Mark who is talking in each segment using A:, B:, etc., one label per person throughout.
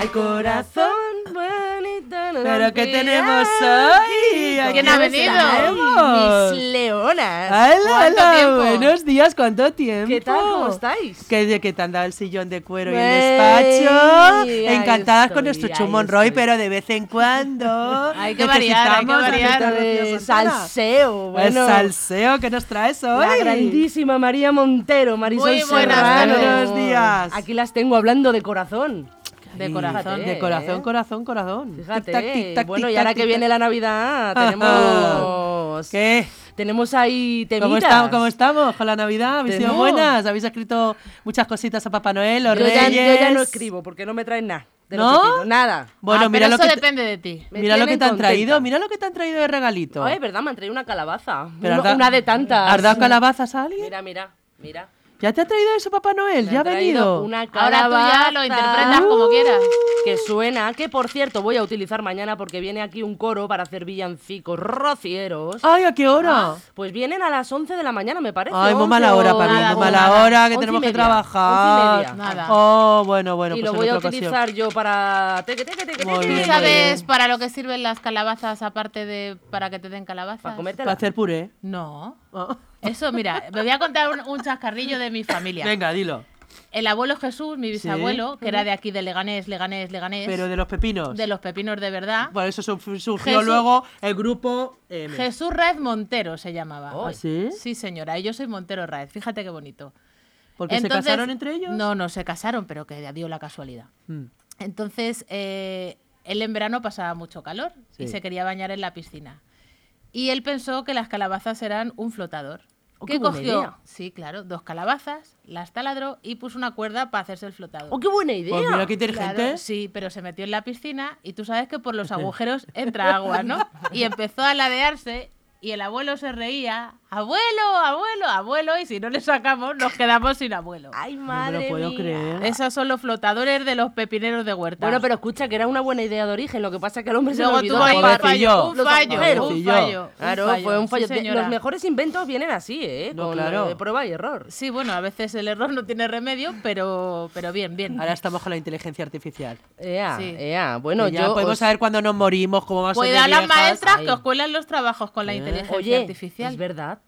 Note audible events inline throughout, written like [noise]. A: Hay corazón bonito.
B: Pero ¿qué tenemos hoy? ¿A
C: ¿Quién ha venido?
B: tenemos?
A: Mis leonas.
B: ¡Hala,
C: ¿Cuánto
B: hala!
C: tiempo?
B: Buenos días, ¿cuánto tiempo?
A: ¿Qué tal? ¿Cómo estáis?
B: Que, de- que te han dado el sillón de cuero y el
A: Ey,
B: despacho.
A: ahí
B: Encantadas
A: estoy,
B: con nuestro
A: ahí
B: chumon
A: estoy.
B: Roy, pero de vez en
A: [laughs]
B: cuando.
C: Hay que variar, hay que
B: necesitamos
C: variar.
B: la
A: Eh,
B: Rocío Santana.
A: salseo,
B: El
A: bueno.
B: salseo que nos traes hoy.
A: La grandísima María Montero, Marisol
C: Muy buenas
A: Serrano.
C: tardes.
B: Buenos días.
A: Aquí las tengo hablando de corazón. ¿eh?
C: De
B: Sí,
C: corazón.
B: De corazón, corazón, corazón.
A: Fíjate.
B: Tic-tac, tic-tac,
A: bueno, y
B: tic-tac,
A: ahora que
B: tic-tac.
A: viene
B: [laughs]
A: la Navidad, tenemos...
B: ¿Qué?
A: Tenemos ahí temitas.
B: ¿Cómo estamos, ¿Cómo estamos con la Navidad? ¿Habéis sido
A: Temo.
B: buenas? ¿Habéis escrito muchas cositas a Papá Noel, los
A: yo, ya,
B: Reyes?
A: yo ya no escribo porque no me traen nada. de lo
B: ¿No?
A: que pido, Nada.
B: Bueno,
C: Ah,
B: mira,
C: pero
B: lo
C: eso
B: que te,
C: depende de ti.
A: Me
B: mira lo que
A: tienen
B: te han
A: contenta.
B: traído, mira lo que te han traído de regalito.
A: Ay, es verdad, me han traído una calabaza.
B: Pero
A: Uno-
B: has da-
A: una de tantas.
B: ¿Has dado calabazas a alguien?
A: Mira, mira, mira.
B: ¿Ya te ha traído eso Papá Noel?
A: Me
B: ¿Ya ha
A: han traído
B: venido?
A: Una calabaza.
C: Ahora tú ya lo interpretas como quieras.
A: Que suena, que por cierto voy a utilizar mañana porque viene aquí un coro para hacer villancicos rocieros.
B: Ay, ¿a qué hora?
A: Pues vienen a las 11 de la mañana, me parece.
B: Ay, muy
A: 11
B: mala hora,
A: o-
B: Pablo,
C: nada,
B: muy
C: pues
B: mala
C: nada.
B: hora, que
A: Once y
B: tenemos que
A: media,
B: trabajar.
A: once y media.
C: Nada.
B: Oh, bueno, bueno,
A: y
B: pues
A: lo
B: en
A: voy a
B: otra ocasión.
A: utilizar yo para... teque, teque, teque,
B: Muy
A: teque.
B: bien,
C: ¿Tú
B: muy
C: sabes para lo que sirven las calabazas aparte de para que te den calabazas?
A: Para comértela.
B: Para hacer puré.
C: No.
B: Ah.
C: Eso, mira, me voy a contar un, un chascarrillo de mi
B: [laughs]
C: familia.
B: Venga, dilo.
C: El abuelo Jesús, mi bisabuelo, que era de aquí, de Leganés, Leganés, Leganés,
B: Pero de los pepinos.
C: de los pepinos de verdad.
B: Por eso su- surgió
C: Jesús-
B: luego el grupo M.
C: Jesús Raez Montero se llamaba.
B: ¿Ah, sí?
C: Sí, señora, y yo soy Montero Raez, fíjate qué bonito.
B: ¿Porque
C: Entonces-
B: se casaron entre ellos?
C: No, no se casaron, pero que dio la casualidad.
B: Mm.
C: Entonces, eh, él en verano pasaba mucho calor
B: Sí.
C: y se quería bañar en la piscina. Y él pensó que las calabazas eran un flotador.
A: Oh,
C: ¿Qué,
A: qué buena
C: cogió?
A: idea.
C: Sí, claro, dos calabazas, las taladró y puso una cuerda para hacerse el flotador.
A: ¡Oh, qué buena idea!
B: Pues mira qué
C: Claro,
B: inteligente.
C: sí, pero se metió en la piscina y tú sabes que
A: [laughs]
C: por los agujeros entra agua, ¿no? Y empezó a ladearse y el abuelo se reía, abuelo, abuelo, abuelo, y si no le sacamos nos quedamos sin abuelo.
A: ¡Ay,
B: No
A: madre
B: me lo puedo
A: mía.
B: creer.
C: Esos son los flotadores de los pepineros de huerta.
A: Bueno, pero escucha, que era una buena idea de origen, lo que pasa es que el hombre se lo
C: Luego
A: olvidó.
C: tuvo ahí un
B: Joder,
A: tapar.
B: sí, yo.
C: fallo, un
A: Los
C: fallo,
A: agujeros.
B: Sí,
C: un
B: yo.
C: fallo. un
A: Claro,
C: fallo,
A: fue un fallo.
C: sí,
A: De-
C: señora.
A: los mejores inventos vienen así, ¿eh?
B: No,
A: Con
B: claro.
A: eh, prueba y error.
C: Sí, bueno, a veces el error no tiene remedio, pero, pero bien, bien.
B: Ahora estamos con la inteligencia artificial.
A: Ea,
C: Sí.
A: ea. Bueno,
B: Que ya
A: yo.
B: podemos
A: os- Pues
B: saber cuándo nos morimos, cómo vamos a ser de
C: Cuidado las
B: viejas.
C: maestras
A: Ay.
C: que os cuelan los trabajos con la
B: Eh.
C: inteligencia
A: Oye,
C: artificial.
A: es verdad.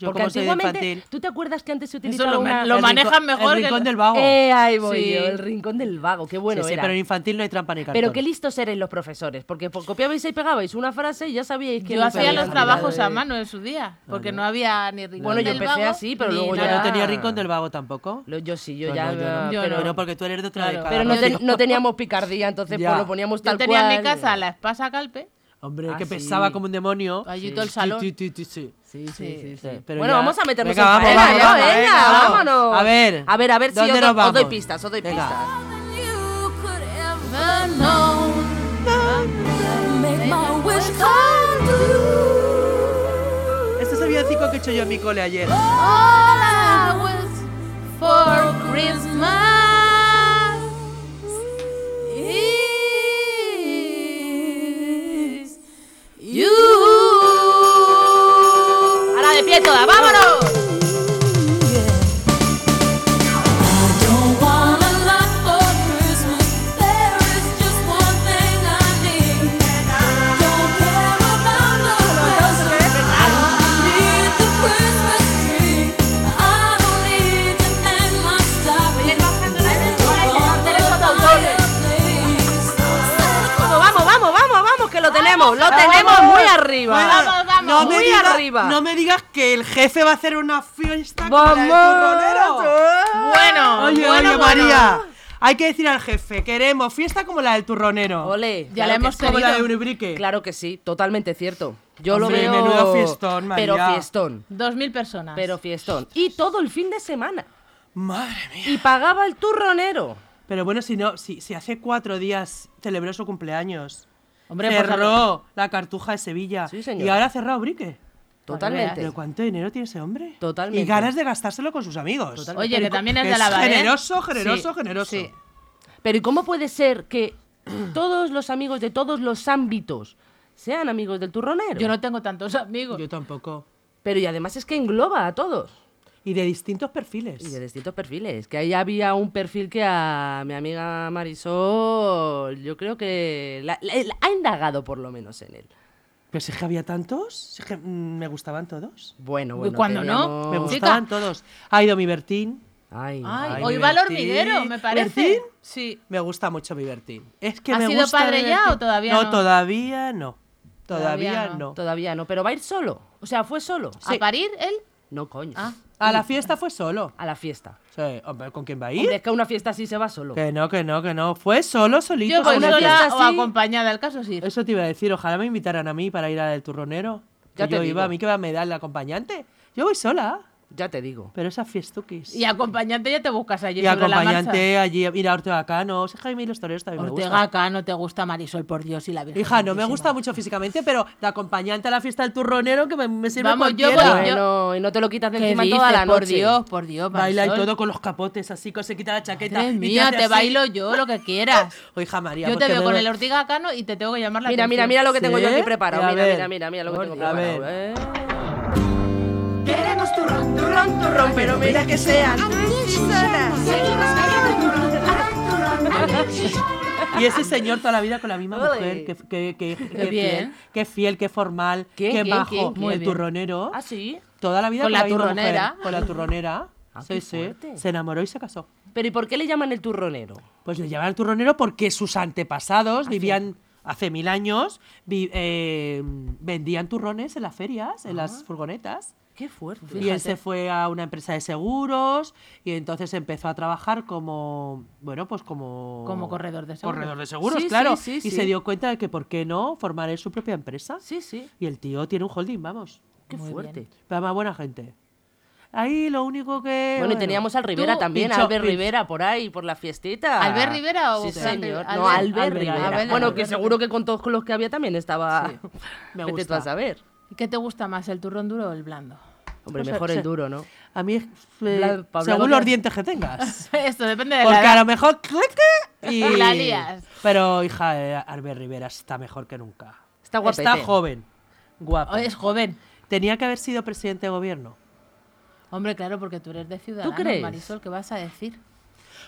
B: Yo
A: Porque
B: como soy de
A: antiguamente,
B: infantil.
A: ¿tú te acuerdas que antes se
C: Eso
A: utilizaba
C: lo, ma-
A: una...
C: lo
B: El
C: manejan
B: rincón-
C: mejor
B: El
C: que
B: rincón del vago.
A: Eh, ahí voy
C: Sí.
A: yo, el rincón del vago, qué bueno
B: Sí, sí,
A: era.
B: pero en infantil no hay trampa ni cartón.
A: Pero qué listos eres los profesores, porque po- copiabais y pegabais una frase y ya sabíais que
C: Yo hacía los
B: había
C: trabajos
B: olvidado,
C: a mano en su día, porque no había ni rincón
A: Bueno, yo
C: del
A: empecé
C: vago,
A: así, pero
C: ni
A: luego
B: Yo
A: ya-
B: no tenía rincón del vago tampoco.
A: Lo- Yo sí, yo
B: Yo
A: ya...
B: no, yo no.
C: Yo
A: pero
C: no.
B: Bueno, porque tú eres de otra
C: Claro.
B: década.
A: pero no, ten-
B: tío.
A: no teníamos picardía, entonces
B: Ya.
A: pues lo poníamos
C: Yo
A: tal
C: tenía en mi
A: cual.
C: casa la espasa calpe,
B: Hombre,
A: Ah,
B: que
A: sí.
B: pesaba como un demonio.
C: allí
B: Sí.
C: todo el salón.
B: Sí, sí, sí, sí.
A: Sí, sí, sí. sí.
B: Pero
A: bueno,
B: ya-
A: vamos a meternos
B: Venga,
A: en
B: vamos,
A: faena,
B: vamos,
A: ¿no?
B: vamos,
A: Venga,
B: venga, vamos.
A: vámonos.
B: A ver,
A: A ver, a ver si
B: ¿dónde
A: os, do-
B: nos
A: os doy
B: vamos?
A: pistas, os doy
B: Venga.
A: pistas.
D: you could
C: Ah,
D: ever
C: no.
D: make my wish come true.
B: Este es el villancico que he hecho yo en mi cole ayer.
C: All I was for Christmas.
D: Is you.
C: Ahora de pie toda, vámonos.
A: Vamos, vamos, vamos, vamos, vamos, que lo tenemos, lo tenemos muy arriba.
C: Vamos, vamos.
B: No me
A: Muy
B: digas-
A: arriba.
B: No me digas que el jefe va a hacer una fiesta con el turronero.
A: ¡Vamos!
C: Bueno,
B: Oye,
C: bueno,
B: oye,
C: bueno.
B: María. Hay que decir al jefe, queremos fiesta como la del turronero.
A: Ole,
C: Ya
A: claro
C: la
A: que
C: hemos
A: sí.
B: Como la de
C: querido.
B: Uribrique.
A: Claro que sí, totalmente cierto. Yo
B: Hombre,
A: lo veo.
B: menudo fiestón, María.
A: Pero fiestón,
C: Dos mil personas.
A: pero fiestón. Y todo el fin de semana.
B: Madre mía.
A: Y pagaba el turronero.
B: Pero bueno, si no, si, si hace cuatro días celebró su cumpleaños.
C: Hombre, por
B: cerró la cartuja de Sevilla.
A: Sí, señor.
B: Y ahora ha cerrado Uribrique.
A: Totalmente.
B: ¿Pero cuánto dinero tiene ese hombre?
A: Totalmente.
B: Y ganas de gastárselo con sus amigos.
C: Oye, que también es
B: Que
C: de alabar, ¿eh?
B: generoso, generoso,
C: Sí,
B: generoso.
C: sí.
A: Pero ¿y cómo puede ser que [clears throat] todos los amigos de todos los ámbitos sean amigos del turronero?
C: Yo no tengo tantos amigos.
B: Yo tampoco.
A: Pero y además es que engloba a todos.
B: Y de distintos perfiles.
A: Y de distintos perfiles. Que ahí había un perfil que a mi amiga Marisol, yo creo que la- la- la- ha indagado por lo menos en él.
B: Pero si es que había tantos, si es que mm, me gustaban todos.
A: Bueno,
C: Uy,
A: bueno.
C: ¿cuándo no?
A: teníamos-
B: Me
C: Chica.
B: gustaban todos. Ha ido mi Bertín.
A: Ay,
C: Ay,
A: ay,
B: Ay,
C: hoy
B: mi
C: va al
B: Bertín.
C: hormiguero, me parece.
B: ¿Bertín?
C: Sí.
B: Me gusta mucho mi Bertín. Es que
C: ¿Ha
B: me
C: sido
B: gusta
C: padre
B: mi
C: ya
B: Bertín.
C: o todavía no?
B: todavía no. Todavía,
C: Todavía no.
B: no.
A: todavía no, pero va a ir solo. O sea, fue solo. Ah,
C: ¿A parir él?
A: No, coño.
C: Ah.
B: A la fiesta fue solo.
A: A la fiesta.
B: Sí, hombre, ¿con quién va a ir?
A: Hombre, es que a una fiesta así se va solo.
B: Que no, que no, que no. Fue solo, solito.
C: Yo voy
A: una
B: solito.
C: sola
A: fiesta
C: o
A: así-
C: acompañada, el caso sí.
B: Eso te iba a decir. Ojalá me invitaran a mí para ir al turronero.
A: Ya
B: Que
A: te
B: yo
A: digo.
B: iba, a mí que va- me da el acompañante. Yo voy sola,
A: Ya te digo.
B: pero esa fiestuquis.
C: Y acompañante ya te buscas allí
B: Y
C: sobre la marcha.
B: acompañante allí. Mira, Ortega "Ah, Cano. Es que a mí los toreros también me
C: Ortega
B: gustan.
C: acá no te gusta Marisol, por Dios, y la Virgen.
B: Hija, no me
C: Santísima.
B: gusta mucho físicamente, pero de acompañante a la fiesta del turronero que me, me sirve
C: Vamos, yo
B: cualquiera.
C: voy- yo-
A: Bueno, y no te lo quitas de
C: ¿Qué
A: encima
C: dices?
A: toda la noche.
C: Por Dios, por Dios,
B: Baila y
C: Marisol.
B: todo con los capotes así, que se quita la chaqueta.
C: Madre
B: y te
C: mía,
B: hace
C: te
B: así.
C: bailo yo lo que
B: [laughs]
C: quieras.
B: Oh, hija María,
C: Yo
B: ¿por
C: te
B: qué
C: veo
B: me
C: con
B: ve-
C: el Ortiga Cano y te tengo que llamar la
A: Mira, mira,
C: atención.
A: mira lo que tengo yo aquí
B: ¿Sí?
A: preparado.
B: A
A: Mira,
B: ver.
A: mira, mira, mira lo que tengo
B: A
A: preparado.
B: ver.
A: ¿eh?
E: Queremos turrón, turrón, turrón, pero mira que sean chichanas. Seguimos queriendo turrón, turrón, turrón, turrón,
B: [laughs] Y ese señor toda la vida con la misma
A: Ole.
B: mujer. Qué, qué, qué, qué fiel,
C: bien.
B: qué fiel, qué formal,
A: ¿Quién,
B: qué
A: quién,
B: bajo.
A: quién,
C: quién?
B: el
C: Muy bien.
B: turronero.
A: ¿Ah, sí?
B: Toda la vida
C: Con la
B: misma
C: turronera.
B: mujer, con la turronera.
A: Ah,
B: sí,
A: qué
B: sí.
A: fuerte.
B: Se enamoró y se casó.
A: Pero ¿y por qué le llaman el turronero?
B: Pues le llaman al turronero porque sus antepasados
A: Ah,
B: vivían hace mil años, vi- eh, vendían turrones en las ferias, en
A: Ah.
B: las furgonetas.
A: Qué fuerte.
B: Y él se fue a una empresa de seguros y entonces empezó a trabajar como, bueno, pues como...
C: Como corredor de seguros.
B: Corredor de seguros,
A: Sí, sí,
B: claro.
A: sí,
B: y
A: sí.
B: se dio cuenta de que, ¿por qué no formar él su propia empresa?
A: Sí, sí.
B: Y el tío tiene un holding, vamos.
A: Qué
C: Muy
A: fuerte.
C: bien.
B: Pero más buena gente. Ahí lo único que...
A: Bueno, y teníamos al Rivera
C: Tú,
A: también,
B: pincho,
A: Albert
B: pincho.
A: Rivera por ahí, por la fiestita.
C: ¿Albert Rivera o
A: Sí,
C: Fran
A: señor.
C: Rivera?
A: No,
C: Albert.
A: Albert,
B: Albert
A: Rivera.
B: Rivera.
A: Bueno, que
C: Albert
A: seguro que con todos los que había también estaba... [laughs]
B: Sí, me
A: Vete tú
B: gusta.
A: a saber.
C: ¿Y ¿Qué te gusta más, el turrón duro o el blando? [laughs]
A: Hombre,
B: O sea,
A: mejor
B: o sea,
A: el duro, ¿no?
B: A mí, es-
A: Bla-
B: eh,
A: Pablo
B: según
A: López.
B: los dientes que tengas.
C: Esto depende de la
B: Porque
C: edad.
B: a lo mejor... y...
C: La lías.
B: Pero, hija, eh, Albert Rivera está mejor que nunca.
A: Está guapete.
B: Está joven. Guapo.
C: Es joven.
B: Tenía que haber sido presidente de gobierno.
C: Hombre, claro, porque tú eres de Ciudadanos,
A: crees?
C: Marisol, ¿qué vas a decir?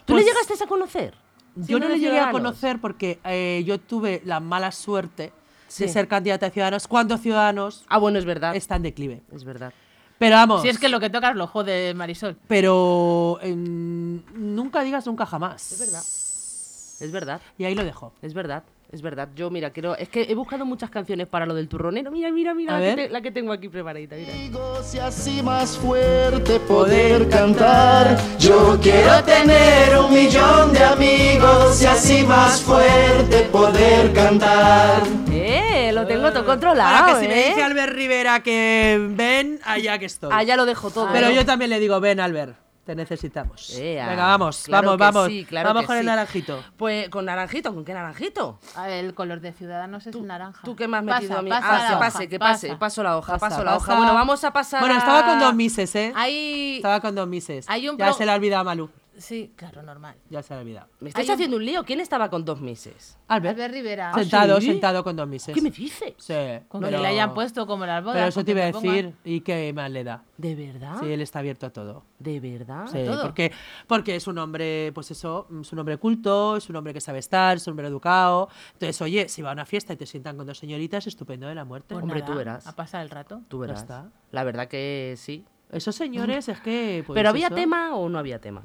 A: ¿Tú
B: Pues-
A: le llegaste a conocer?
B: Yo
A: Siendo
B: no le
A: de
B: llegué a
A: Ciudadanos.
B: conocer porque eh, yo tuve la mala suerte
A: Sí.
B: de ser candidata de Ciudadanos cuando Ciudadanos
A: Ah, bueno, es verdad. Es,
B: está en declive.
A: verdad.
B: Pero vamos,
C: Si es que lo que tocas lo jode, Marisol.
B: pero em, nunca digas nunca jamás.
A: Es verdad. Es verdad.
B: Y ahí lo dejo.
A: Es verdad. Es verdad. Yo, mira, quiero... Es que he buscado muchas canciones para lo del turronero. Mira, mira, mira.
B: A
A: la que
B: ver.
A: te- la que tengo aquí preparadita, mira.
F: amigos y así más fuerte poder cantar. Yo quiero tener un millón de amigos y así más fuerte poder cantar.
A: ¡Eh! Lo tengo todo controlado,
B: Ahora Ah, que si me
A: ¿eh?
B: dice Albert Rivera que ven, allá que estoy.
A: Allá lo dejo todo.
B: Pero yo también le digo, ven Albert, te necesitamos.
A: Ah, Ea,
B: Venga, vamos, vamos,
A: claro que
B: vamos.
A: sí, claro
B: vamos
A: que
B: con el
A: sí.
B: naranjito.
A: Pues con naranjito, ¿con qué naranjito?
C: A ver, el color de Ciudadanos es naranja.
A: ¿Tú qué más
C: Pasa,
A: metido a mí?
C: pasa
A: Ah,
C: la
A: que
C: hoja,
A: pase, que pase.
C: pasa.
A: Paso la hoja,
B: Pasa,
A: paso la hoja.
B: pasa.
A: Bueno, vamos a pasar.
B: Bueno,
A: a-
B: estaba con dos mises, ¿eh?
C: Hay...
B: Estaba con dos mises.
C: Hay un
B: ya
C: pro-
B: se le ha olvidado a Malú.
C: Sí, claro, normal.
B: Ya se le ha olvidado.
A: ¿Me estáis
C: hay un-
A: haciendo un lío? ¿Quién estaba con dos meses?
B: Albert. Ah,
C: Albert Rivera.
B: Sentado,
A: Ah, ¿sí?
B: sentado con dos mises.
A: ¿Qué me dices?
B: Sí.
C: Con
B: pero-
C: que le hayan puesto como las bodas.
B: Pero eso
C: con
B: te
C: que
B: iba a
C: le pongan-
B: decir, ¿y qué más le da?
A: ¿De verdad?
B: Sí, él está abierto a todo.
A: ¿De verdad?
B: Sí,
C: todo.
B: Porque, porque es un hombre, pues eso, mm, es un hombre culto, es un hombre que sabe estar, es un hombre educado. Entonces, oye, si va a una fiesta y te sientan con dos señoritas, estupendo de la muerte.
C: Pues
A: Hombre,
C: nada,
A: tú verás.
C: A pasar el rato.
A: Tú verás.
B: está.
A: La verdad que sí.
B: Esos señores es que... pues
A: ¿Pero había
B: eso-
A: tema o no había tema?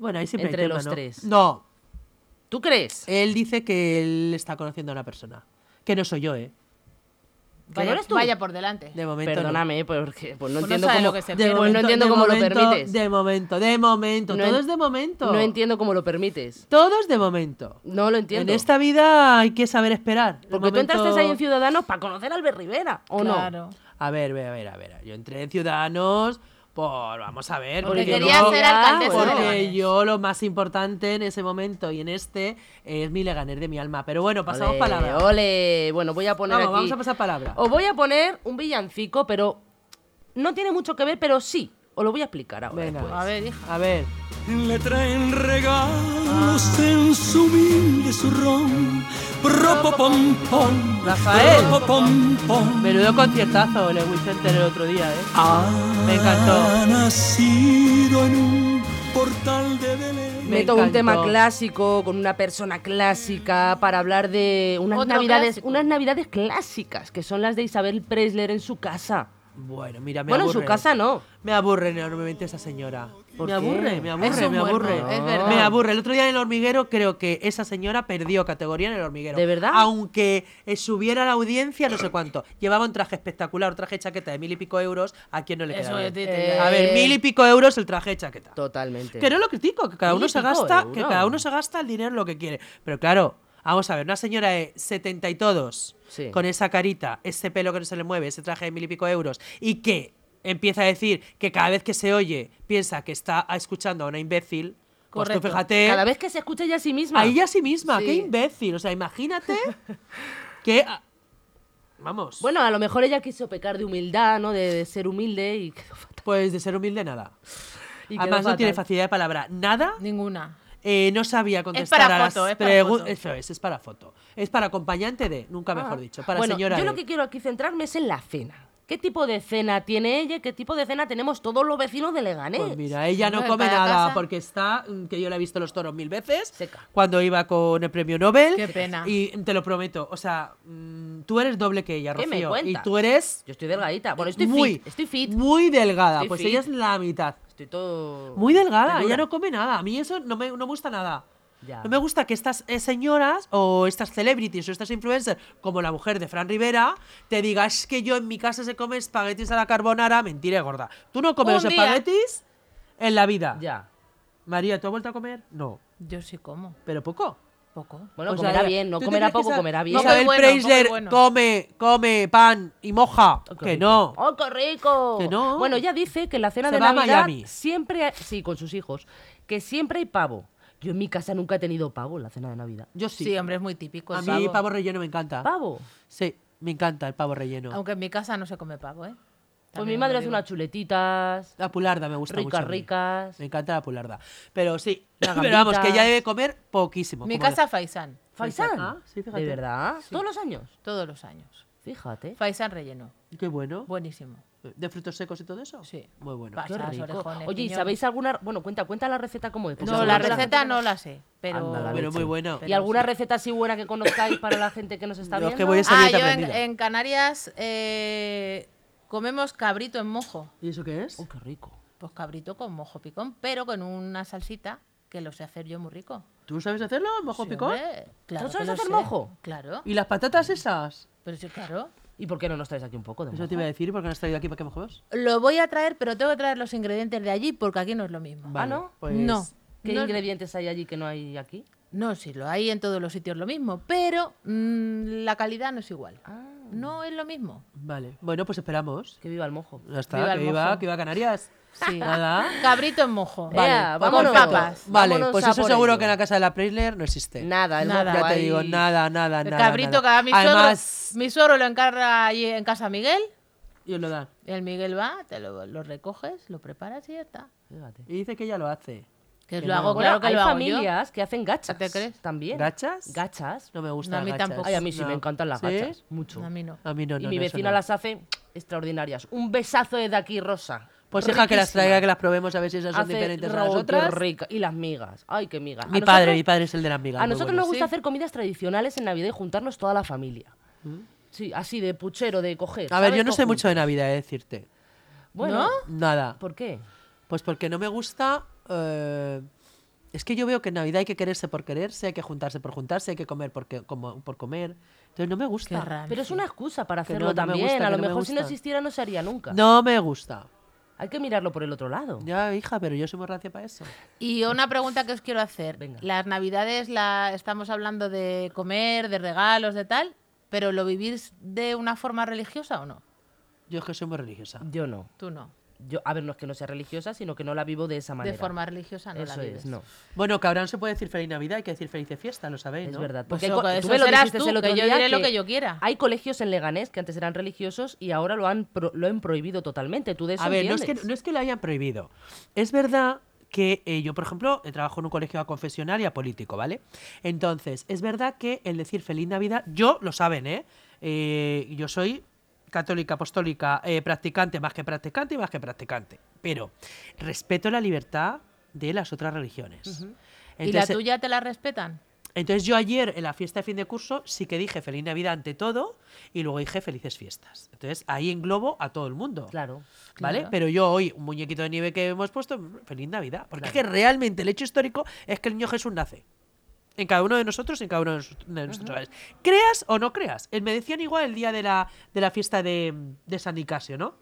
B: Bueno, ahí siempre hay
A: entre
B: tema,
A: los
B: ¿no?
A: tres?
B: No,
A: ¿Tú crees?
B: él dice que él está conociendo a una persona. Que no soy yo, ¿eh?
A: no
C: Vaya,
A: eres tú?
C: vaya por delante.
B: De momento no.
A: Perdóname, porque pues no
C: Pues no
A: entiendo
C: sabe
A: cómo
C: lo que se
A: pues
C: pierde.
A: no
B: momento,
A: entiendo
B: de
A: cómo lo
B: momento,
A: permites.
B: De momento, de momento.
A: No
B: todo
A: en-
B: es de momento.
A: No entiendo cómo lo permites.
B: Todo es de momento.
A: No lo entiendo.
B: En esta vida hay que saber esperar. El
A: Porque tú
B: momento-
A: entraste ahí en Ciudadanos para conocer a Albert Rivera, ¿o no?
C: claro.
B: A ver, a ver, a ver, a ver. Yo entré en Ciudadanos por... Vamos a ver.
C: Porque
A: Porque
C: quería
A: no-
C: ser
A: ya,
C: alcaldesa de
B: Porque
C: Leganés.
B: yo lo más importante en ese momento y en este es mi leganer de mi alma. Pero bueno, pasamos
A: Ole,
B: palabra.
A: Ole, bueno, voy a poner
B: Vamos,
A: aquí-
B: vamos a pasar palabra.
A: Os voy a poner un villancico, pero no tiene mucho que ver, pero sí. Os lo voy a explicar ahora.
B: Venga.
A: después.
C: A ver, hija.
B: A ver.
G: Le traen regalos en su humilde zurrón
B: Propopom, pom, Rafael. Propopom, pom. Menudo conciertazo Lewis Center el otro día, ¿eh?
A: Ah.
B: Me encantó.
G: nacido en un portal de Belén.
A: Meto un
B: encantó.
A: tema clásico con una persona clásica para hablar de unas
C: Otro
A: navidades,
C: clásico.
A: unas navidades clásicas, que son las de Isabel Presler en su casa.
B: Bueno, mira, me
A: bueno, en
B: aburre.
A: su casa no.
B: Me aburre enormemente esa señora.
A: ¿Por
B: me
A: qué?
B: aburre, me aburre,
C: Ah, Es un
B: me
C: muerto,
B: aburre.
C: es verdad.
B: Me aburre. El otro día en el hormiguero creo que esa señora perdió categoría en el hormiguero.
A: ¿De verdad?
B: Aunque eh, subiera la audiencia no sé cuánto. Llevaba un traje espectacular, un traje de chaqueta de mil y pico euros. ¿A quién no le
C: Eso
B: queda
C: es,
B: bien?
C: Titi, ya.
B: A ver, mil y pico euros el traje de chaqueta.
A: Totalmente.
B: Que no lo critico, que cada
A: Mil y
B: uno se
A: pico
B: gasta,
A: euros.
B: que cada uno se gasta el dinero en lo que quiere. Pero claro, vamos a ver, una señora de 70 y todos,
A: Sí.
B: con esa carita, ese pelo que no se le mueve, ese traje de mil y pico euros, y que empieza a decir que cada vez que se oye piensa que está escuchando a una imbécil, pues tú
C: Correcto.
B: fíjate,
A: Cada vez que se escucha ella a sí misma.
B: a ella sí misma,
A: Sí.
B: qué imbécil. O sea,
A: [laughs]
B: imagínate que. ah, Vamos,
A: Bueno, a lo mejor ella quiso pecar de humildad, ¿no? De, de ser humilde y quedó fatal.
B: pues de ser humilde nada.
A: y quedó
B: Además, no tiene
A: fatal.
B: facilidad de palabra. Nada
C: Ninguna.
B: Eh, no sabía contestar
C: para
B: a las
C: foto, es para
B: pregu-
C: foto.
B: Eso es, es para foto. Es para acompañante de, nunca mejor dicho, para
A: Ah, bueno,
B: señora
A: Yo
B: de.
A: lo que quiero aquí centrarme es en la cena. ¿Qué tipo de cena tiene ella? y ¿Qué tipo de cena tenemos todos los vecinos de Leganés?
B: Pues mira, ella no
C: Hombre,
B: come
C: para
B: nada
C: casa.
B: porque está, mm, que yo la he visto los toros mil veces,
A: Seca.
B: cuando iba con el premio Nobel.
C: Qué pena.
B: Y te lo prometo, o sea, mm, tú eres doble que ella,
A: ¿Qué me
B: Rocío. y
A: cuentas?
B: tú eres
A: Yo estoy delgadita. Bueno, estoy
B: muy,
A: fit. Estoy fit.
B: muy delgada.
A: Estoy
B: pues
A: fit.
B: ella es la mitad.
A: Estoy todo.
B: Muy delgada,
A: Ternura.
B: ella no come nada. A mí eso no me, no me gusta nada.
A: Ya.
B: No me gusta que estas eh, señoras o estas celebrities o estas influencers, como la mujer de Fran Rivera, te diga, es que yo en mi casa se come espaguetis a la carbonara. Mentira gorda. Tú no comes
C: Un
B: los
C: día.
B: espaguetis en la vida.
A: Ya.
B: María, ¿tú has vuelto a comer? No,
C: Yo sí como,
B: pero poco.
C: poco.
A: Bueno,
B: O sea,
A: comerá bien, no
B: ¿tú te
A: comerá
B: crees que
A: poco,
B: esa-
A: comerá bien.
C: No
B: Isabel
C: come bueno, come
B: Preisler
C: bueno.
B: come, come pan y moja. que no.
A: ¡Oh, qué rico!
B: Que no.
A: Bueno, ella dice que la cena
B: Se
A: de
B: va a
A: Navidad
B: Miami.
A: siempre. hay- Sí, con sus hijos. Que siempre hay pavo. Yo en mi casa nunca he tenido pavo en la cena de Navidad.
B: Yo
C: Sí.
B: sí.
C: hombre, es muy típico.
B: a
C: el
B: mí pavo.
C: pavo.
B: relleno me encanta.
A: pues ¿Pavo?
B: Sí, me encanta el pavo relleno.
C: Aunque en mi casa no se come pavo, ¿eh?
A: Pues mi
C: También os
A: madre
C: lo
A: hace
C: digo.
A: unas chuletitas.
B: La pularda me gusta
A: Ricas,
B: mucho. a mí.
A: ricas.
B: Me encanta la pularda. Pero [laughs] sí,
A: Las
B: pero vamos, que
A: gambitas.
B: ya debe comer poquísimo.
C: Mi
B: como-
C: casa Faisán,
A: ¿Faisán?
B: Ah, sí, fíjate.
A: ¿De verdad? ¿Todos los años?
C: todos los años.
A: Fíjate.
C: Faisán relleno.
B: Qué bueno.
C: Buenísimo.
B: ¿De frutos secos y todo eso?
C: Sí.
B: Muy bueno.
C: Va.
A: Qué
C: Pasas,
A: rico.
C: orejones,
A: Oye, ¿y
C: piñón.
A: sabéis alguna...? Bueno, cuenta, cuenta la receta como es.
B: Pues
A: porque
C: No,
A: seguro
C: la
A: que
C: receta no la sé, pero...
A: Anda, la
B: Pero muy bueno.
A: ¿Y
C: Pero
A: alguna
C: sí.
A: receta así buena que conozcáis para la gente que nos está
B: Yo es
A: viendo?
B: que voy a esa
C: Ah,
B: dieta
C: yo en,
B: aprendida.
C: en Canarias eh, comemos cabrito en mojo.
B: ¿Y eso qué es?
A: Oh, qué rico.
C: Pues cabrito con mojo picón, pero con una salsita que lo sé hacer yo muy rico.
B: ¿Tú sabes hacerlo, mojo
C: Sí,
B: picón?
C: hombre, Claro
A: ¿Tú sabes
C: que lo
A: hacer
C: sé.
A: mojo?
C: Claro.
B: ¿Y las patatas esas?
C: Pero sí, claro.
A: ¿Y por qué no nos traes aquí un poco de
B: Eso
A: mojo?
B: te iba a decir, porque no has traído aquí para que mojemos.
C: Lo voy a traer, pero tengo que traer los ingredientes de allí porque aquí no es lo mismo.
B: Vale,
A: ¿no?
B: pues-
C: Ah, no.
A: ¿Qué
C: no,
A: ingredientes hay allí que no hay aquí?
C: No, sí, lo hay en todos los sitios lo mismo, pero mm, la calidad no es igual. No es lo mismo.
B: Vale. Bueno, pues esperamos.
A: Que viva el mojo.
B: Ya está,
C: Viva el
B: que iba,
C: mojo.
B: que iba a Canarias.
C: [laughs] Sí.
B: Nada.
C: Cabrito en mojo.
B: Pues
A: Vale, vámonos.
B: perfecto.
A: papas.
B: Vale,
A: Vámonos
B: pues
A: a
B: eso
A: por
B: seguro
A: ello.
B: que en la casa de la Preisler no existe.
A: Nada, el
C: Nada.
A: mojo
B: Ya te
A: ahí.
B: digo, nada, nada,
C: El
B: nada.
C: cabrito
B: nada.
C: que a mi suegro,
B: Además,
C: mi suegro lo encarga allí en casa Miguel.
B: y os lo dan.
C: El Miguel va, te lo, lo recoges, lo preparas y ya está.
A: Fíjate.
B: Y dice que ella lo hace.
C: Que
B: Que
C: lo
B: no.
C: hago,
A: Bueno,
C: claro que
A: hay
C: lo hago yo.
A: familias que hacen gachas.
C: ¿Te crees?
A: También.
B: ¿Gachas?
A: Gachas.
B: No me gusta.
C: No, a mí tampoco.
A: Ay, a mí sí me encantan las gachas.
C: No,
A: Mucho.
C: a mí no.
B: A mí no,
A: y
B: no,
A: mi
B: no, eso
A: vecina
B: no.
A: las hace extraordinarias. Un besazo desde aquí, Rosa.
B: Pues hija, que las
A: Riquísimas.
B: traiga, que las probemos a ver si esas son
A: Hace
B: diferentes a las
A: ro- qué
B: otras.
A: rica. Y las migas. Ay, qué migas. A
B: Mi
A: nosotros-
B: padre, mi padre es el de las migas.
A: A
B: muy
A: nosotros
B: bueno.
A: nos gusta
B: Sí.
A: hacer comidas tradicionales en Navidad y juntarnos toda la familia. Sí, así de puchero, de coger.
B: Mm. A ver,
A: ¿sabes?
B: yo no sé
A: Todo
B: mucho de
A: junto.
B: Navidad, he de decirte.
A: Bueno,
B: Nada.
A: ¿por qué?
B: Pues porque no me gusta. eh, Es que yo veo que en Navidad hay que quererse por quererse, hay que juntarse por juntarse, hay que comer por, que- como- por comer. Entonces no me
C: Qué
B: gusta.
C: raro.
A: Pero es una excusa para
B: Que
A: hacerlo
B: no, no me
A: también.
B: gusta,
A: a
B: que
A: lo
B: no me
A: mejor si no
B: gusta.
A: existiera no se haría nunca.
B: No me gusta.
A: Hay que mirarlo por el otro lado.
B: Ya, hija, pero yo soy muy racia para eso.
C: Y una pregunta que os quiero hacer.
A: Venga.
C: Las navidades la estamos hablando de comer, de regalos, de tal, pero ¿lo vivís de una forma religiosa o no?
B: Yo es que soy muy religiosa.
A: Yo no.
C: Tú no.
A: Yo, a ver, no es que no sea religiosa, sino que no la vivo de esa manera.
C: De forma religiosa no
A: Eso
C: la
A: es,
C: vives.
A: no.
B: Bueno, cabrón, se puede decir feliz Navidad, hay que decir feliz de fiesta, lo sabéis,
A: Es
B: ¿no?
A: verdad.
C: Pues
A: Porque hay
C: eso-
A: co-
C: eso
A: tú me lo
C: serás
A: dijiste
C: tú,
A: el otro
C: que yo
A: día
C: diré lo que yo
B: Ah.
C: quiera.
A: Hay colegios en Leganés que antes eran religiosos y ahora lo han pro- lo han prohibido totalmente. Tú de eso
B: A ver, no es, que,
A: entiendes.
B: no es que lo hayan prohibido. Es verdad que eh, yo, por ejemplo, eh, trabajo en un colegio a confesional y a político, ¿vale? Entonces, es verdad que el decir feliz Navidad, yo lo saben, ¿eh? Eh, yo soy católica, apostólica, eh, practicante, más que practicante y más que practicante. Pero respeto la libertad de las otras religiones.
C: ¿Y la
B: Entonces,
C: tuya te la respetan?
B: entonces yo ayer en la fiesta de fin de curso sí que dije feliz Navidad ante todo y luego dije felices fiestas. Entonces ahí englobo a todo el mundo.
A: Claro.
B: ¿Vale?
C: Claro.
B: Pero yo hoy, un muñequito de nieve que hemos puesto, feliz Navidad. Porque es que realmente el hecho histórico es que el niño Jesús nace. En cada uno de nosotros, en cada uno de nos- de nuestros hogares. Creas o no creas. Eh, Me decían igual el día de la, de la fiesta de, de San Nicasio, ¿no?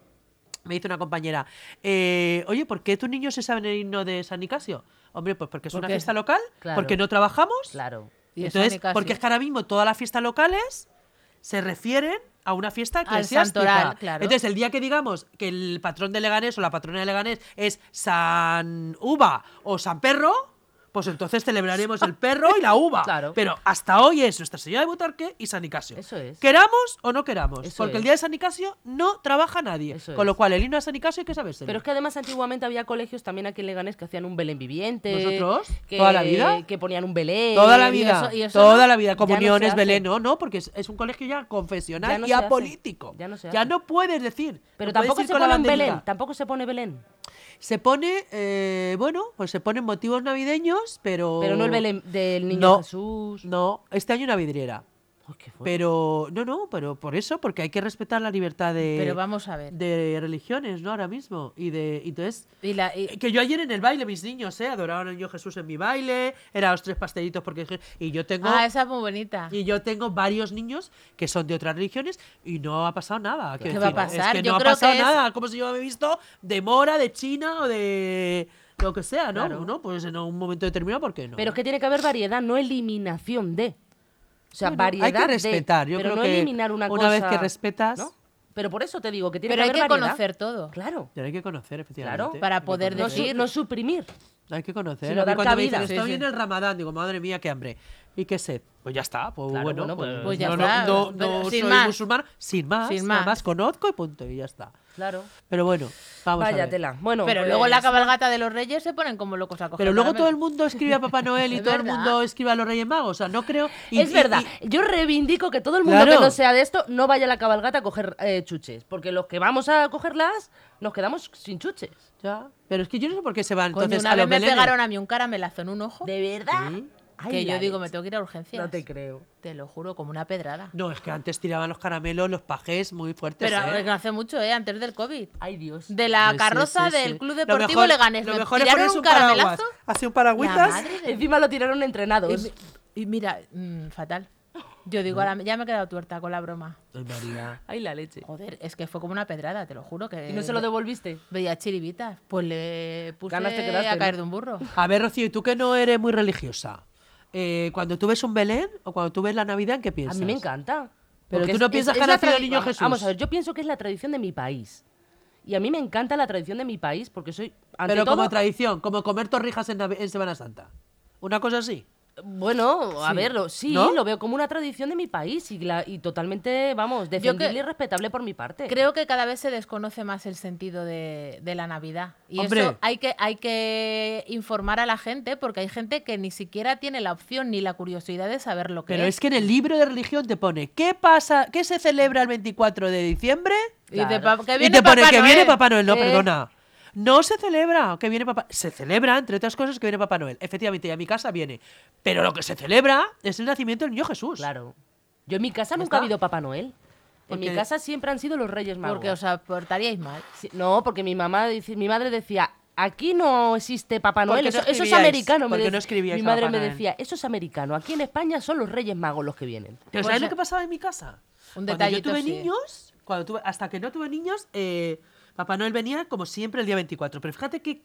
B: Me dice una compañera, eh, oye, ¿por qué tus niños se saben el himno de San Nicasio? Hombre, pues porque es una
C: Porque-
B: fiesta local,
A: Claro.
B: porque no trabajamos.
A: Claro.
C: Y es
B: Entonces,
C: San Nicasio.
B: porque es que ahora mismo todas las fiestas locales se refieren a una fiesta eclesiástica.
C: santoral, claro.
B: Entonces, el día que digamos que el patrón de Leganés o la patrona de Leganés es San Uva o San Perro, pues entonces celebraremos el perro y la uva.
A: [laughs] Claro.
B: Pero hasta hoy es Nuestra Señora de Butarque y San Nicasio.
A: Eso es.
B: Queramos o no queramos,
A: Eso
B: porque
A: es.
B: el día de San Nicasio no trabaja nadie.
A: Eso
B: Con lo
A: es.
B: cual, el himno de San Nicasio hay que saberse.
A: Pero es que además antiguamente había colegios también aquí en Leganés que hacían un Belén viviente.
B: ¿Nosotros?
A: Que,
B: ¿Toda la vida?
A: Que ponían un Belén.
B: Toda la
A: Eh, y
B: vida,
A: eso- y eso
B: toda
A: no-
B: la vida,
A: ya no
B: comuniones,
A: se hace.
B: Belén, no, no, porque es, es un colegio ya confesional
A: Ya no
B: y
A: se hace.
B: apolítico.
A: Ya no se
B: ya
A: hace.
B: no puedes decir.
A: Pero
B: no puedes
A: tampoco
B: ir
A: se
B: con la
A: pone un
B: banderita.
A: Belén. Tampoco se pone Belén.
B: Se pone, eh, bueno, pues se ponen motivos navideños, pero.
A: Pero no el Belén del niño
B: Oh. No.
A: Jesús.
B: No, este año una vidriera.
A: Ay, qué fuerte.
B: Pero, no, no, pero por eso, porque hay que respetar la libertad de.
C: Pero vamos a ver.
B: De religiones, ¿no? Ahora mismo. Y de. y Entonces.
C: Y la- y-
B: Que yo ayer en el baile, mis niños, ¿eh? Adoraban al niño Jesús en mi baile. Eran los tres pastelitos porque. Y yo tengo.
C: Ah, esa es muy bonita.
B: Y yo tengo varios niños que son de otras religiones y no ha pasado nada. quiero
C: ¿Qué va a
B: decir, es
C: pasar?
B: que
C: Yo
B: no
C: creo
B: ha pasado
C: que es-
B: nada. Como si yo me he visto de mora, de china o de lo que sea, ¿no?
A: Claro.
B: ¿No? Pues en un momento determinado, ¿por qué no?
A: Pero es que tiene que haber variedad, no eliminación de. O sea,
B: Bueno,
A: variedad.
B: hay que
A: de,
B: respetar, yo
A: pero
B: creo
A: no
B: que
A: eliminar una,
B: una vez que
A: cosa,
B: respetas-
A: ¿no? Pero por eso te digo que tiene que
C: Pero hay
A: haber
C: que
A: variedad.
C: conocer todo.
A: Claro.
B: Y ahora hay que conocer, efectivamente.
A: Claro,
C: para
B: Hay que
C: poder
B: conocer.
A: No, su-
C: decir-
A: no suprimir.
B: Hay que conocer.
A: Sino
B: A mí
A: dar
B: cuando me
A: cabida.
B: dicen,
A: Sí,
B: está
A: sí.
B: bien el ramadán, digo, madre mía, qué hambre. Y qué sed. Pues ya está, pues
A: Claro,
B: bueno,
A: bueno,
B: pues,
A: pues
C: ya
B: no, no-
C: está,
B: no-
C: pero
B: no
C: sin
B: soy
C: más.
B: musulmán, sin más,
C: Sin
B: nada
C: más.
B: más conozco y punto, y ya está.
A: Claro.
B: Pero bueno, vamos a ver.
A: Váyatela. Bueno,
C: Pero
A: pues-
C: luego en la cabalgata de los reyes se ponen como locos a coger
B: Pero luego
C: caramelos.
B: todo el mundo escribe a
C: [laughs]
B: Papá Noel y
C: Es
B: todo el
C: verdad.
B: mundo escribe a los Reyes Magos. O sea, no creo. y-
A: es
B: y-
A: verdad,
B: y-
A: yo reivindico que todo el mundo
B: Claro.
A: que no sea de esto no vaya a la cabalgata a coger eh, chuches, porque los que vamos a cogerlas nos quedamos sin chuches.
B: ya, Pero es que yo no sé por qué se van
C: Coño,
B: entonces
C: una
B: a los
C: vez me
B: Belenes.
C: pegaron a mí un caramelazo en un ojo
A: ¿De verdad? Ay,
C: que yo
A: la
C: digo, me
A: leche.
C: tengo que ir a urgencias.
A: No te creo.
C: Te lo juro, como una pedrada.
B: No, es que antes tiraban los caramelos, los pajés muy fuertes.
C: Pero
B: ¿eh? Pues
C: no hace mucho, ¿eh? Antes del COVID.
A: Ay, Dios.
C: De
B: Sí,
C: la
B: sí,
C: carroza
B: sí, sí.
C: del Club
B: Lo
C: Deportivo
B: mejor-
C: Leganés.
B: Lo
C: me
B: mejor es
C: tiraron
B: ponerse
C: un
B: un paraguas.
C: caramelazo.
B: Así un
C: La
B: paragüitas.
C: madre de-
A: Encima lo tiraron entrenados.
C: Y, mi- y mira, mm, fatal. Yo digo, ahora ya me he quedado tuerta con la broma.
B: Ay, María.
A: Ay, la leche.
C: Joder, es que fue como una pedrada, te lo juro. que
A: ¿Y no se
B: Eh,
A: lo devolviste?
C: Veía chiribitas. Pues le puse
A: Ganas te quedaste,
C: a caer
A: ¿no?
C: de un burro.
B: A ver, Rocío, ¿y tú que no eres muy religiosa? Eh, cuando tú ves un Belén o cuando tú ves la Navidad, ¿en qué
A: A
B: piensas?
A: mí me encanta.
B: Pero
A: Porque
B: tú no piensas que ha
A: la
B: nacido el
A: tradi-
B: niño
A: vamos-
B: Jesús.
A: Vamos a ver, yo pienso que es la tradición de mi país. Y a mí me encanta la tradición de mi país porque soy, ante
B: Pero como
A: todo-
B: tradición, como comer torrijas en, Nav- en Semana Santa. Una cosa así.
A: Bueno, a
B: Sí.
A: ver, lo- sí,
B: ¿No?
A: lo veo como una tradición de mi país y, la- y totalmente, vamos, defendible y respetable por mi parte.
C: Creo que cada vez se desconoce más el sentido de, de la Navidad. Y
B: Hombre.
C: eso hay que, hay que informar a la gente porque hay gente que ni siquiera tiene la opción ni la curiosidad de saber lo que
B: Pero
C: es.
B: es que en el libro de religión te pone ¿qué pasa? ¿Qué se celebra el 24 de diciembre?
C: Y te,
A: Claro.
C: pa- que
B: y
C: viene
B: te pone
C: Papá
B: que
C: Noel.
B: viene Papá Noel, no,
A: Eh.
B: perdona. No se celebra que viene Papá Se celebra, entre otras cosas, que viene Papá Noel. Efectivamente, y a mi casa viene. Pero lo que se celebra es el nacimiento del niño Jesús.
A: Claro. Yo en mi casa
B: está.
A: nunca ha habido Papá Noel. En mi
B: Porque-
A: casa siempre han sido los Reyes Magos.
C: Porque os aportaríais mal.
A: Sí, no, porque mi mamá dice- mi madre decía, aquí no existe Papá
B: Porque
A: Noel,
B: no
A: eso, eso es
B: escribíais,
A: americano. me
B: porque
A: dec-
B: no escribíais
A: mi
B: a
A: madre
B: Papá
A: me
B: Noel.
A: decía, eso es americano. Aquí en España son los Reyes Magos los que vienen.
B: Pero ¿sabes lo que pasaba en mi casa?
C: Pues Un
B: cuando yo
C: detallito,
B: tuve
C: sí.
B: niños, cuando tuve, hasta que no tuve niños, eh, Papá Noel venía como siempre el día 24. Pero fíjate qué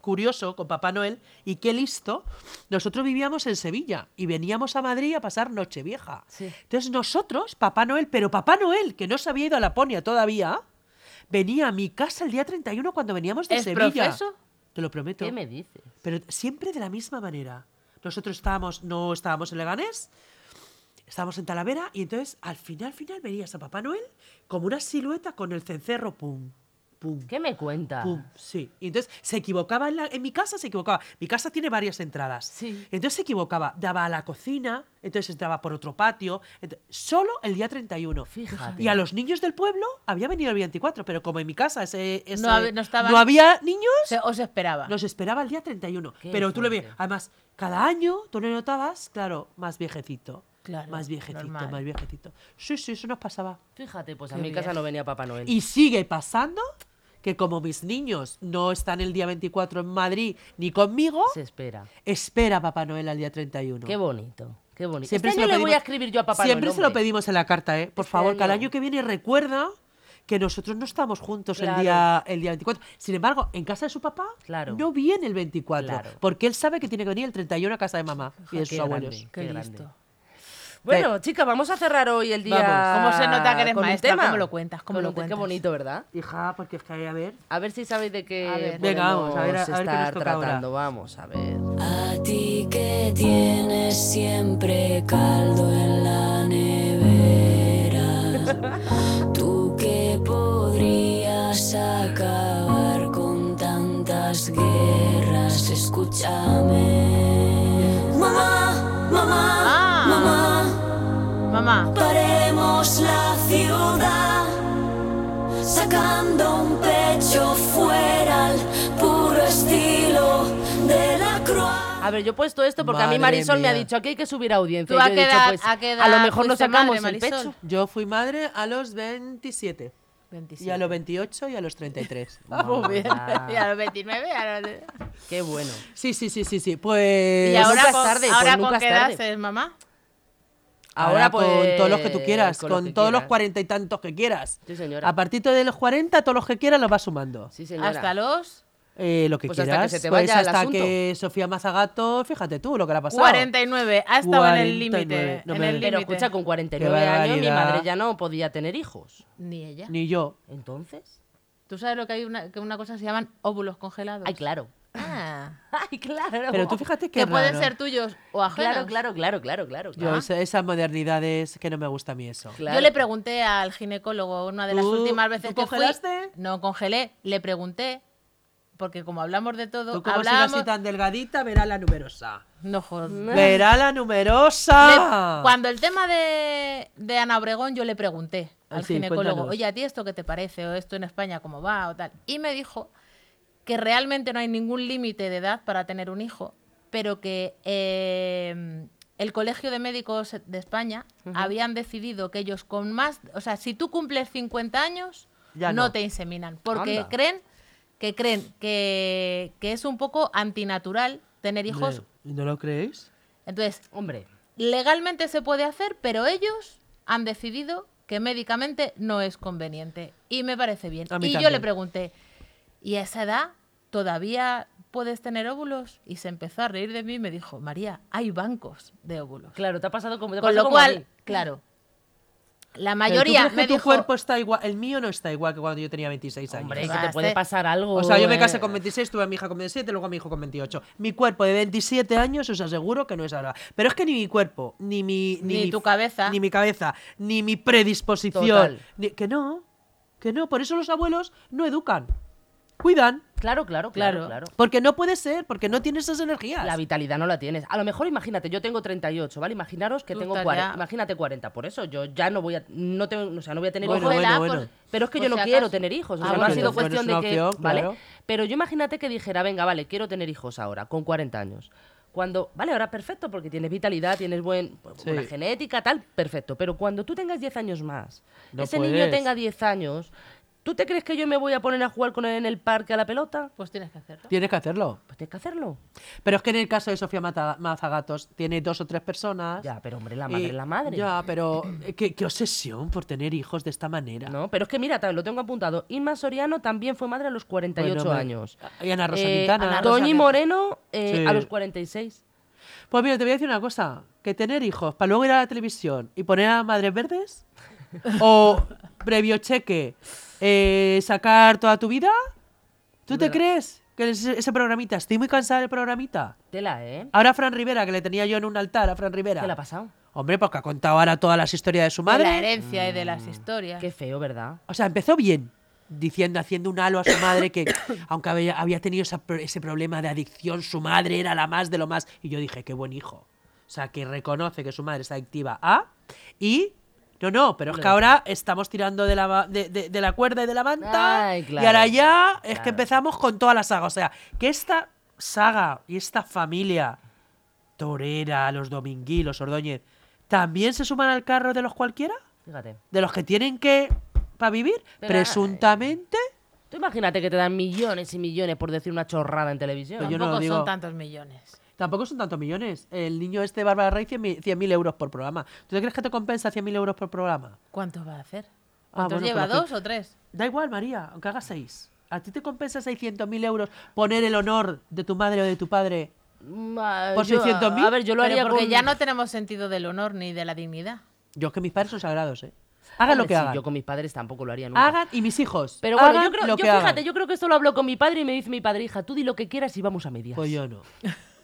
B: curioso con Papá Noel y qué listo. Nosotros vivíamos en Sevilla y veníamos a Madrid a pasar Nochevieja.
A: Sí.
B: Entonces nosotros, Papá Noel, pero Papá Noel, que no se había ido a Laponia todavía, venía a mi casa el día 31 cuando veníamos de
C: ¿Es
B: Sevilla.
C: profeso?
B: Te lo prometo.
A: ¿Qué me dices?
B: Pero siempre de la misma manera. Nosotros estábamos, no estábamos en Leganés, estábamos en Talavera y entonces al final, final venías a Papá Noel como una silueta con el cencerro, pum, pum,
A: ¿Qué me cuenta?
B: pum, sí. Y entonces se equivocaba en, la- en mi casa, se equivocaba. Mi casa tiene varias entradas.
A: Sí.
B: Entonces se equivocaba, daba a la cocina, entonces entraba por otro patio, ent- solo el día 31.
A: Fíjate.
B: Y a los niños del pueblo había venido el 24, pero como en mi casa ese, ese-
C: hab- no estaban-
B: había niños,
C: Se- os esperaba.
B: nos esperaba el día 31.
A: Qué
B: pero tú lo veías.
A: fuerte.
B: Además, cada año tú lo notabas, claro, más viejecito.
C: Claro,
B: más viejecito,
C: normal.
B: más viejecito. Sí, sí, eso nos pasaba.
A: Fíjate, pues a
C: Qué
A: mi casa
C: bien.
A: no venía Papá Noel.
B: Y sigue pasando que como mis niños no están el día 24 en Madrid ni conmigo,
A: se espera.
B: espera Papá Noel al día 31.
A: Qué bonito, qué bonito.
B: Siempre
A: este
B: se
A: año
B: lo
A: le voy a
B: pedimos-
A: escribir yo a Papá
B: Siempre
A: Noel.
B: se lo
A: hombre.
B: pedimos en la carta, ¿eh? Por
A: Este
B: favor, que al
A: año-
B: año que viene recuerda que nosotros no estamos juntos
A: Claro.
B: el, día, el día 24. Sin embargo, en casa de su papá
A: Claro.
B: no viene el 24,
A: Claro.
B: porque él sabe que tiene que venir el 31 a casa de mamá y de
A: Qué
B: sus abuelos.
A: grande, qué grande.
C: listo.
A: Bueno, chica, vamos a cerrar hoy el día.
B: Vamos.
C: ¿Cómo se nota que eres
A: con un
C: maestra?
A: tema.
C: ¿Cómo lo cuentas? ¿Cómo
A: Con
C: lo
A: un te- Qué
C: cuentas?
A: bonito, ¿verdad?
B: Hija, porque es que, a ver,
A: A ver si sabéis de qué
C: A ver.
B: Venga, vamos, a ver, a- a ver qué
A: podemos
B: nos
A: estar
B: toca ahora.
A: tratando. Vamos, a ver.
D: A ti que tienes siempre caldo en la nevera, tú que podrías acabar con tantas guerras, escúchame. Mamá, mamá,
C: Ah.
D: mamá,
C: Mamá,
D: paremos la ciudad, sacando un pecho fuera al puro estilo de la croix.
A: A ver, yo he puesto esto porque a mí
B: Madre
A: Marisol me ha
B: mía.
A: dicho aquí hay que subir audiencia.
C: ¿Tú
A: Y
C: a
A: yo he
C: qué
A: dicho,
C: edad-
A: pues,
C: a qué
A: a lo
C: edad
A: mejor nos
C: fuiste
A: sacamos
C: madre,
A: el
C: Marisol?
A: pecho.
B: yo fui madre a los 27
C: 27.
B: [laughs] y
C: [laughs]
B: a los 28 y a los
A: [laughs]
B: 33.
C: Muy bien.
A: Ah.
C: Y [laughs] a los 29, a los-
A: Qué bueno.
B: sí, sí, sí, sí, sí. Pues...
C: Y ahora
A: nunca es
C: con,
A: tarde, pues
C: ahora
A: nunca
C: con
A: es
C: qué edad
A: tarde.
C: es mamá.
B: Ahora, con
A: pues,
B: todos los que tú quieras, con,
A: lo que
B: todos los
A: quieras.
B: cuarenta y tantos que quieras.
A: Sí, señora.
B: A partir de los 40, todos los que quieras los vas sumando.
A: Sí, señora.
C: Hasta los
B: Eh, lo que
A: Pues hasta
B: quieras.
A: que se te
B: Pues
A: vaya el
B: hasta
A: asunto.
B: que Sofía Mazagato, fíjate tú lo que le ha pasado.
C: 49. Ha estado en el
B: 49,
C: límite.
B: no
C: en
B: me-
C: el
A: Pero
C: límite.
A: escucha, con 49
B: Qué
A: años mi
B: barbaridad.
A: madre ya no podía tener hijos.
C: Ni ella.
B: Ni yo.
A: Entonces.
C: ¿Tú sabes lo que hay? Una, que una cosa que se llaman óvulos congelados.
A: Ay, claro. [laughs]
C: Ah.
A: Ay, claro.
B: Pero tú fíjate qué
C: que pueden
B: raro.
C: ser tuyos o ajenos.
A: Claro, claro, claro, claro, claro.
B: Yo,
A: claro.
B: esa- esas modernidades que no me gusta a mí eso.
A: Claro.
C: Yo le pregunté al ginecólogo una de las
B: ¿Tú-
C: últimas veces
B: tú
C: que fui-
B: congelaste?
C: No congelé, le pregunté porque como hablamos de todo,
B: Tú como
C: hablábamos
B: sigas así tan delgadita, verá la numerosa.
A: Ah.
C: No jodas.
B: Verá la numerosa.
C: Le- cuando el tema de, de Ana Obregón, yo le pregunté
B: Ah,
C: al
B: sí,
C: ginecólogo,
B: cuéntanos.
C: oye, ¿a ti esto qué te parece? ¿O esto en España cómo va? O tal. Y me dijo que realmente no hay ningún límite de edad para tener un hijo, pero que eh, el Colegio de Médicos de España habían decidido que ellos con más, o sea, si tú cumples 50 años,
B: Ya
C: no.
B: no.
C: te inseminan, porque
A: Anda.
C: creen que creen que, que es un poco antinatural tener hijos.
B: ¿No, ¿No lo creéis?
C: Entonces,
A: Hombre.
C: legalmente se puede hacer, pero ellos han decidido que médicamente no es conveniente. Y me parece bien.
B: A mí
C: Y yo
B: también.
C: le pregunté, ¿y a esa edad todavía puedes tener óvulos? Y se empezó a reír de mí y me dijo, María, hay bancos de óvulos.
A: Claro, te ha pasado como te
C: Con
A: pasó
C: lo
A: como a
C: cual,
A: mí.
C: claro, la
B: Pero
C: mayoría
B: ¿tú crees
C: me
B: que tu
C: dijo...
B: cuerpo está igual, el mío no está igual que cuando yo tenía 26 años.
A: Hombre,
C: Qué
A: que te
C: va,
A: puede
C: este-
A: pasar algo.
B: O sea, yo me
A: eh.
B: casé con 26, tuve a mi hija con 27, luego a mi hijo con 28. Mi cuerpo de 27 años os aseguro que no es ahora. Pero es que ni mi cuerpo, ni mi...
C: Ni
B: mi-
C: tu cabeza.
B: Ni mi cabeza, ni mi predisposición.
A: Total.
B: ni- que no, que no. Por eso los abuelos no educan. Cuidan.
A: Claro, claro, claro,
C: Claro.
A: claro.
B: Porque no puede ser, porque no tienes esas energías.
A: La vitalidad no la tienes. A lo mejor, imagínate, yo tengo 38, ¿vale? Imaginaros que
C: Tú
A: tengo
C: estás
A: 40.
C: ya-
A: Imagínate 40. Por eso yo ya no voy a. No tengo, o sea, no voy a tener
B: Bueno,
A: hijos.
B: bueno,
C: por-
B: bueno.
A: Pero es que
C: por
A: yo no
C: si
A: quiero
C: acaso.
A: tener hijos. O
C: Ah,
A: sea, no
C: bueno,
A: ha sido
B: entonces, bueno,
A: cuestión
B: es
A: de
B: una
A: que.
B: opción,
A: ¿Vale?
B: claro.
A: Pero yo imagínate que dijera, venga, vale, quiero tener hijos ahora, con 40 años. Cuando, vale, ahora perfecto, porque tienes vitalidad, tienes buen, pues,
B: Sí.
A: buena genética, tal, perfecto. Pero cuando tú tengas 10 años más,
B: No
A: ese niño
B: puedes.
A: tenga 10 años, ¿tú te crees que yo me voy a poner a jugar con él en el parque a la pelota?
C: Pues tienes que hacerlo.
B: Tienes que hacerlo.
A: Pues tienes que hacerlo.
B: Pero es que en el caso de Sofía Mata- Mazagatos tiene dos o tres personas.
A: Ya, pero hombre, la madre
B: y-
A: es la madre.
B: Ya, pero eh, qué, qué obsesión por tener hijos de esta manera.
A: No, pero es que mira, también lo tengo apuntado. Inma Soriano también fue madre a los 48
B: Bueno, me-
A: años.
B: Y Ana Rosa
A: Eh,
B: Quintana.
A: Ana Toñi
C: Rosa-
A: Moreno eh,
B: Sí.
A: a los 46.
B: Pues mira, te voy a decir una cosa. Que tener hijos para luego ir a la televisión y poner a Madres Verdes
A: [laughs]
B: o previo cheque eh, sacar toda tu vida, ¿tú te crees que ese, ese programita? Estoy muy cansada del programita.
A: Tela, ¿eh?
B: Ahora Fran Rivera, que le tenía yo en un altar a Fran Rivera.
A: ¿Qué le ha pasado?
B: Hombre, porque ha contado ahora todas las historias de su
C: De la
B: madre. Mm,
C: herencia y de las historias.
A: Qué feo, ¿verdad?
B: O sea, empezó bien. diciendo, haciendo un halo a su madre que, [coughs] aunque había, había tenido esa pro- ese problema de adicción, su madre era la más de lo más. Y yo dije, qué buen hijo. O sea, que reconoce que su madre es adictiva a. Y. No, no, pero es que ahora estamos tirando de la, ba- de, de- de la cuerda y de la manta.
A: Ay,
B: Y ahora
A: claro.
B: ya es que
A: Claro.
B: empezamos con toda la saga. O sea, que esta saga y esta familia torera, los Dominguí, los Ordóñez, ¿también se suman al carro de los cualquiera?
A: Fíjate.
B: ¿De los que tienen que. para vivir?
A: Pero,
B: presuntamente.
A: Tú imagínate que te dan millones y millones por decir una chorrada en televisión.
B: Pero yo no
C: Tampoco
B: lo digo.
C: son tantos millones.
B: Tampoco son tantos millones. El niño este de Bárbara Rey, 100.000 100.000 euros por programa. ¿Tú te crees que te compensa 100.000 euros por programa?
C: ¿Cuántos va a hacer?
B: Ah,
C: ¿Cuántos
B: bueno,
C: lleva?
B: pero que-
C: ¿Dos o tres?
B: Da igual, María, aunque hagas seis. ¿A ti te compensa 600.000 euros poner el honor de tu madre o de tu padre?
A: Mm, ah,
B: ¿Por
A: yo-
B: 600.000?
A: A ver, yo lo
C: Pero
A: haría
C: porque
A: con-
C: ya no tenemos sentido del honor ni de la dignidad.
B: Yo es que mis padres son sagrados, ¿eh? Hagan lo
A: Hombre,
B: que
A: sí,
B: hagan.
A: Yo con mis padres tampoco lo haría nunca.
B: Hagan y mis hijos.
A: Pero bueno,
B: hagan
A: yo creo,
B: lo
A: yo
B: que hagan.
A: fíjate, yo creo que esto lo habló con mi padre y me dice mi padre, hija, tú di lo que quieras y vamos a medias.
B: Pues yo no.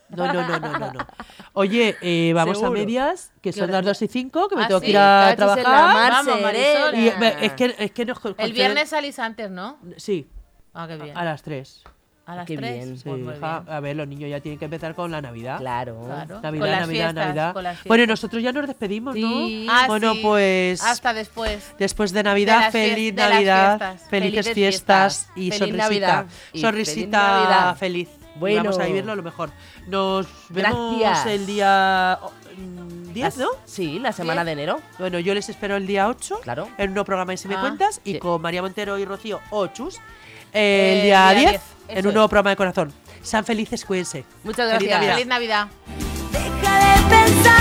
B: No, no, no, no, no. no. Oye, eh, vamos
A: Seguro.
B: a medias, que son las 2 y 5, que me
C: Ah,
B: tengo
C: sí,
B: que ir a
A: Cachis en la
B: trabajar.
A: mar
C: Vamos, Marisol.
A: serena.
B: Y, eh, es, que, es que nos
C: El
B: conceden-
C: viernes salís antes, ¿no?
B: Sí,
C: Ah, qué bien.
B: a las 3.
C: A las
A: Qué
C: tres.
A: bien,
C: Pues muy
B: Sí,
C: bien.
B: hija, a ver, los niños ya tienen que empezar con la Navidad.
A: Claro.
C: Claro.
B: Navidad,
C: con las
B: Navidad,
C: fiestas,
B: Navidad.
C: con las fiestas.
B: Bueno, nosotros ya nos despedimos,
A: Sí.
B: ¿no?
C: Ah,
B: bueno,
C: sí.
B: pues
C: Hasta después.
B: después de Navidad,
C: las fies-
B: feliz
C: de las
B: Navidad,
C: fiestas.
B: felices
C: Felices
B: fiestas
A: fiestas.
B: y
A: Feliz
B: sonrisita.
A: Navidad. Y
B: sonrisita
A: feliz Navidad.
B: feliz. Y
A: Bueno.
B: Vamos a vivirlo a lo mejor. Nos vemos
A: Gracias.
B: el día oh, mm, 10,
A: Las-
B: ¿no?
A: Sí, la semana
C: Diez.
A: de enero.
B: Bueno, yo les espero el día 8
A: Claro.
B: en un nuevo programa de Si Me
C: Ah.
B: Cuentas y
A: Sí.
B: con María Montero y Rocío Ochus
C: Eh,
B: el día,
C: día
B: 10,
C: 10,
B: en
C: eso
B: un nuevo
C: es.
B: programa de corazón. Sean felices, cuídense.
A: Muchas
B: Feliz
A: gracias.
B: Navidad.
C: Feliz Navidad.
D: Deja de pensar